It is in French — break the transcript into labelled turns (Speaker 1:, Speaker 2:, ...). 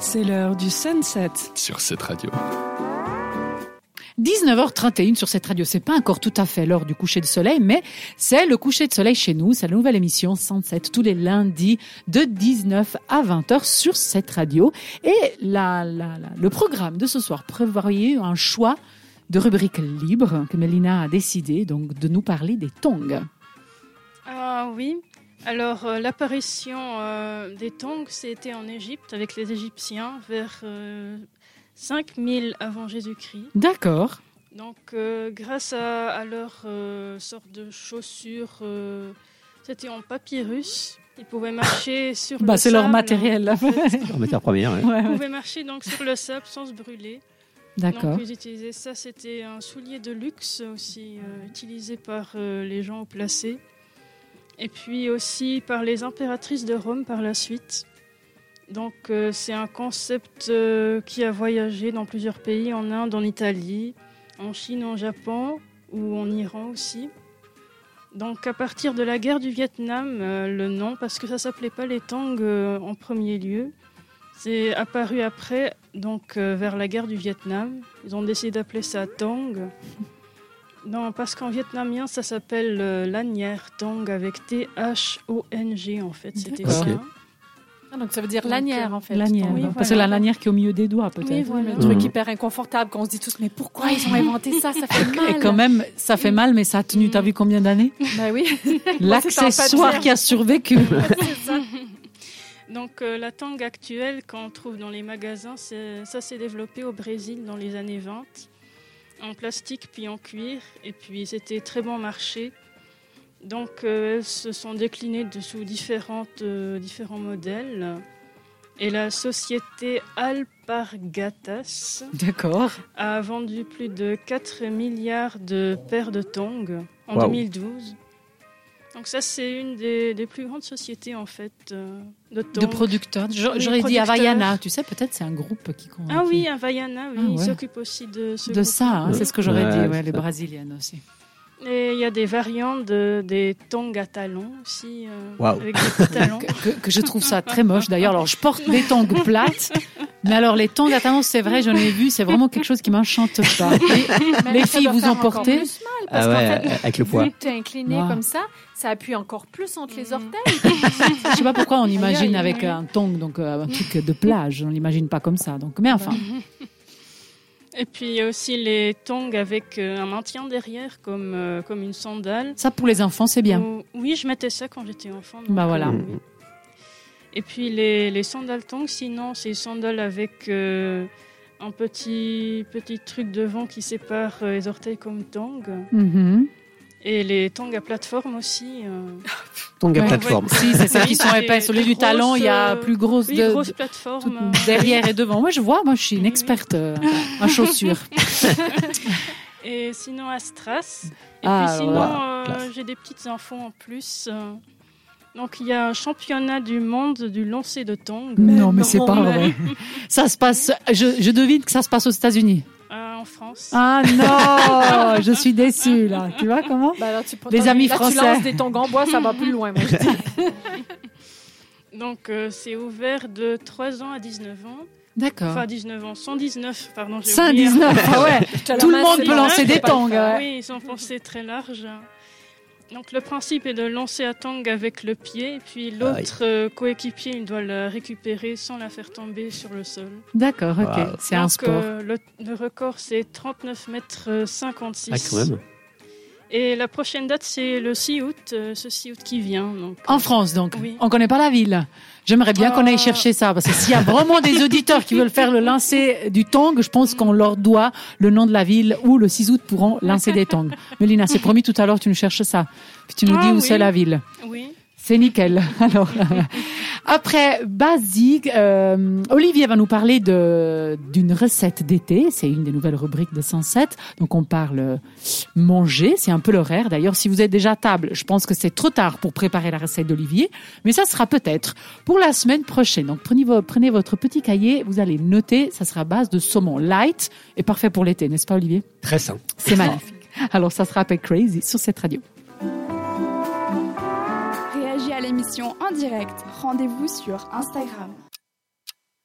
Speaker 1: C'est l'heure du sunset.
Speaker 2: sur cette radio.
Speaker 3: 19h31 sur cette radio. C'est pas encore tout à fait l'heure du coucher de soleil, mais c'est le coucher de soleil chez nous. C'est la nouvelle émission 107 tous les lundis de 19 à 20h sur cette radio. Et la, la- la- le programme de ce soir prévoyait un choix de rubrique libre que Mélina a décidé donc de nous parler des tongs.
Speaker 4: Ah oui. Alors, euh, l'apparition euh, des tongs, c'était en Égypte avec les Égyptiens vers euh, 5000 avant Jésus-Christ.
Speaker 3: D'accord.
Speaker 4: Donc, euh, grâce à, à leur euh, sorte de chaussures, euh, c'était en papyrus. Ils pouvaient marcher sur
Speaker 3: Bah,
Speaker 4: le
Speaker 3: c'est leur
Speaker 4: sable,
Speaker 3: matériel.
Speaker 4: en fait.
Speaker 5: En matière première, ouais.
Speaker 3: Ouais,
Speaker 4: Ils
Speaker 3: ouais.
Speaker 4: pouvaient marcher donc sur le sable sans se brûler.
Speaker 3: D'accord.
Speaker 4: Donc ils utilisaient ça, c'était un soulier de luxe aussi euh, utilisé par euh, les gens haut placés. Et puis aussi par les impératrices de Rome par la suite. Donc euh, c'est un concept euh, qui a voyagé dans plusieurs pays, en Inde, en Italie, en Chine, en Japon ou en Iran aussi. Donc à partir de la guerre du Vietnam, euh, le nom, parce que ça s'appelait pas les tangs euh, en premier lieu, c'est apparu après, donc euh, vers la guerre du Vietnam. Ils ont décidé d'appeler ça tong. Non, parce qu'en vietnamien, ça s'appelle euh, lanière tong avec T-H-O-N-G en fait. C'était
Speaker 3: D'accord.
Speaker 4: ça.
Speaker 5: Ok.
Speaker 6: Ah, donc ça veut dire
Speaker 4: Donc,
Speaker 6: lanière
Speaker 4: euh,
Speaker 6: en fait.
Speaker 3: Lanière.
Speaker 4: Oui,
Speaker 3: donc.
Speaker 4: voilà.
Speaker 3: C'est la lanière qui est au milieu des doigts
Speaker 6: Oui,
Speaker 3: peut-être. Mm.
Speaker 6: voilà, le
Speaker 5: Mhm.
Speaker 6: truc hyper inconfortable qu'on se dit tous mais pourquoi ils ont inventé ça Ça fait mal.
Speaker 3: Et quand même, ça fait mal, mais ça a tenu, t'as vu combien d'années
Speaker 6: Bah oui.
Speaker 3: L'accessoire qui a survécu.
Speaker 4: Donc euh, la tangue actuelle qu'on trouve dans les magasins, c'est- ça s'est développé au Brésil dans les années 20, en plastique puis en cuir, et puis c'était très bon marché. Donc euh, elles se sont déclinées de- sous différentes, euh, différents modèles. Et la société Alpargatas
Speaker 3: D'accord.
Speaker 4: a vendu plus de 4 milliards de paires de tongs en
Speaker 5: Waouh.
Speaker 4: 2012. Donc ça, c'est une des, des plus grandes sociétés en fait euh, de tongs.
Speaker 3: de producteurs. J'a-
Speaker 4: Oui,
Speaker 3: J'aurais dit
Speaker 4: producteurs.
Speaker 3: Havaiana, tu sais, peut-être c'est un groupe qui con-
Speaker 4: Ah oui,
Speaker 3: qui-
Speaker 4: à Vaiana, oui,
Speaker 3: Ah ouais.
Speaker 4: il s'occupe aussi de ce
Speaker 3: de
Speaker 4: groupe.
Speaker 3: ça, hein, c'est ce que j'aurais
Speaker 5: Ouais,
Speaker 3: dit, ouais,
Speaker 5: c'est
Speaker 3: les
Speaker 5: ça.
Speaker 3: brésiliennes aussi.
Speaker 4: Et il y a des variantes de- des tongs à talons aussi, euh,
Speaker 5: Waouh.
Speaker 4: avec des petits talons.
Speaker 3: Que, que- que je trouve ça très moche d'ailleurs. Alors je porte des tongs plates, mais alors les tongs à talons, c'est vrai, j'en ai vu, c'est vraiment quelque chose qui m'enchante pas.
Speaker 6: Mais
Speaker 3: les
Speaker 6: ça
Speaker 3: filles
Speaker 6: doit
Speaker 3: vous
Speaker 6: faire
Speaker 3: en
Speaker 6: encore
Speaker 3: portez
Speaker 6: plus mal, parce
Speaker 5: Ah
Speaker 6: qu'en
Speaker 5: ouais,
Speaker 6: fait,
Speaker 5: avec le
Speaker 6: vu
Speaker 5: poids.
Speaker 6: que t'es incliné
Speaker 3: Waouh.
Speaker 6: comme ça, ça appuie encore plus entre
Speaker 3: Mm.
Speaker 6: les
Speaker 4: Mhm.
Speaker 6: orteils.
Speaker 3: Je sais pas pourquoi on
Speaker 6: Aïe,
Speaker 3: imagine
Speaker 6: aïe,
Speaker 3: avec
Speaker 4: aïe.
Speaker 3: un tong, donc euh, un truc de plage, on l'imagine pas comme ça. Donc, mais enfin,
Speaker 4: Et puis il y a aussi les tongs avec euh, un maintien derrière, comme, euh, comme une sandale.
Speaker 3: ça pour les enfants, c'est bien.
Speaker 4: Ou- oui, je mettais ça quand j'étais enfant. donc,
Speaker 3: Bah voilà.
Speaker 4: euh, oui. Et puis les, les sandales tongs, sinon, c'est sandales avec euh, un petit, petit truc devant qui sépare euh, les orteils comme tongs.
Speaker 3: Mhm.
Speaker 4: Et les tongs à plateforme aussi. euh,
Speaker 5: Tongue à
Speaker 3: Ouais.
Speaker 5: plateforme.
Speaker 3: Si, c'est ça
Speaker 4: Oui,
Speaker 3: qui sont
Speaker 4: des-
Speaker 3: épais. Celui
Speaker 4: des
Speaker 3: du
Speaker 4: grosses,
Speaker 3: talon, il y a
Speaker 4: euh,
Speaker 3: plus grosse
Speaker 4: oui,
Speaker 3: de,
Speaker 4: grosse
Speaker 3: Tout
Speaker 4: plateforme. euh,
Speaker 3: derrière et devant. Moi, je vois, moi, je suis une
Speaker 4: Oui.
Speaker 3: experte euh, en chaussures.
Speaker 4: Et sinon à Stras. Et
Speaker 3: Ah,
Speaker 4: puis sinon,
Speaker 5: voilà.
Speaker 4: euh,
Speaker 5: Classe.
Speaker 4: j'ai des petites infos en plus. euh. Donc il y a un championnat du monde du lancer de tong.
Speaker 3: non, mais c'est
Speaker 6: non,
Speaker 3: pas
Speaker 6: mais-
Speaker 3: vrai. Ça se passe, je, je devine que ça se passe aux États-Unis.
Speaker 4: euh, en France.
Speaker 3: Ah non, je suis déçue, là. Tu vois comment
Speaker 6: Bah, alors, tu prends-
Speaker 3: Les
Speaker 6: là,
Speaker 3: amis
Speaker 6: tu
Speaker 3: français.
Speaker 6: lances des tongs en bois, ça va plus loin. moi, je dis.
Speaker 4: Donc euh, c'est ouvert de 3 ans à 19 ans.
Speaker 3: D'accord.
Speaker 4: Enfin 19 ans, 119, pardon. j'ai oublié. hein.
Speaker 3: 5-19, ah ouais. Tout le monde
Speaker 6: c'est
Speaker 3: peut
Speaker 6: vrai,
Speaker 3: lancer
Speaker 6: je
Speaker 3: des
Speaker 6: peux pas le
Speaker 3: tongs.
Speaker 6: faire.
Speaker 3: ouais.
Speaker 4: Oui, ils sont pensés très larges. Donc le principe est de lancer à tong avec le pied, puis l'autre euh, coéquipier, il doit la récupérer sans la faire tomber sur le sol.
Speaker 3: D'accord, ok.
Speaker 5: Wow.
Speaker 3: C'est un
Speaker 4: Donc,
Speaker 3: sport.
Speaker 4: euh, le, le record, c'est 39 mètres 56.
Speaker 5: Ah, quand même.
Speaker 4: Et la prochaine date, c'est le 6 août, euh, ce 6 août qui vient. Donc,
Speaker 3: En France, donc.
Speaker 4: Oui.
Speaker 3: On connaît pas la ville. J'aimerais bien qu'on aille
Speaker 4: Euh.
Speaker 3: chercher ça, parce que s'il y a vraiment des auditeurs qui veulent faire le lancer du tong, je pense qu'on leur doit le nom de la ville où le 6 août pourront lancer des tongs. Mélina, c'est promis tout à l'heure, tu nous cherches ça. Puis tu nous
Speaker 4: Ah
Speaker 3: dis où
Speaker 4: oui.
Speaker 3: c'est la ville.
Speaker 4: Oui.
Speaker 3: C'est nickel. Alors, euh, après Basig, euh, Olivier va nous parler de d'une recette d'été. C'est une des nouvelles rubriques de 107. Donc, on parle euh, manger. C'est un peu l'horaire. D'ailleurs, si vous êtes déjà à table, je pense que c'est trop tard pour préparer la recette d'Olivier. Mais ça sera peut-être pour la semaine prochaine. Donc, prenez, vo- prenez votre petit cahier. Vous allez noter. Ça sera à base de saumon light et parfait pour l'été, n'est-ce pas, Olivier?
Speaker 5: Très sain.
Speaker 3: C'est magnifique. Alors, ça sera appelé Crazy sur cette radio.
Speaker 7: Réagis à l'émission en direct. Rendez-vous sur Instagram.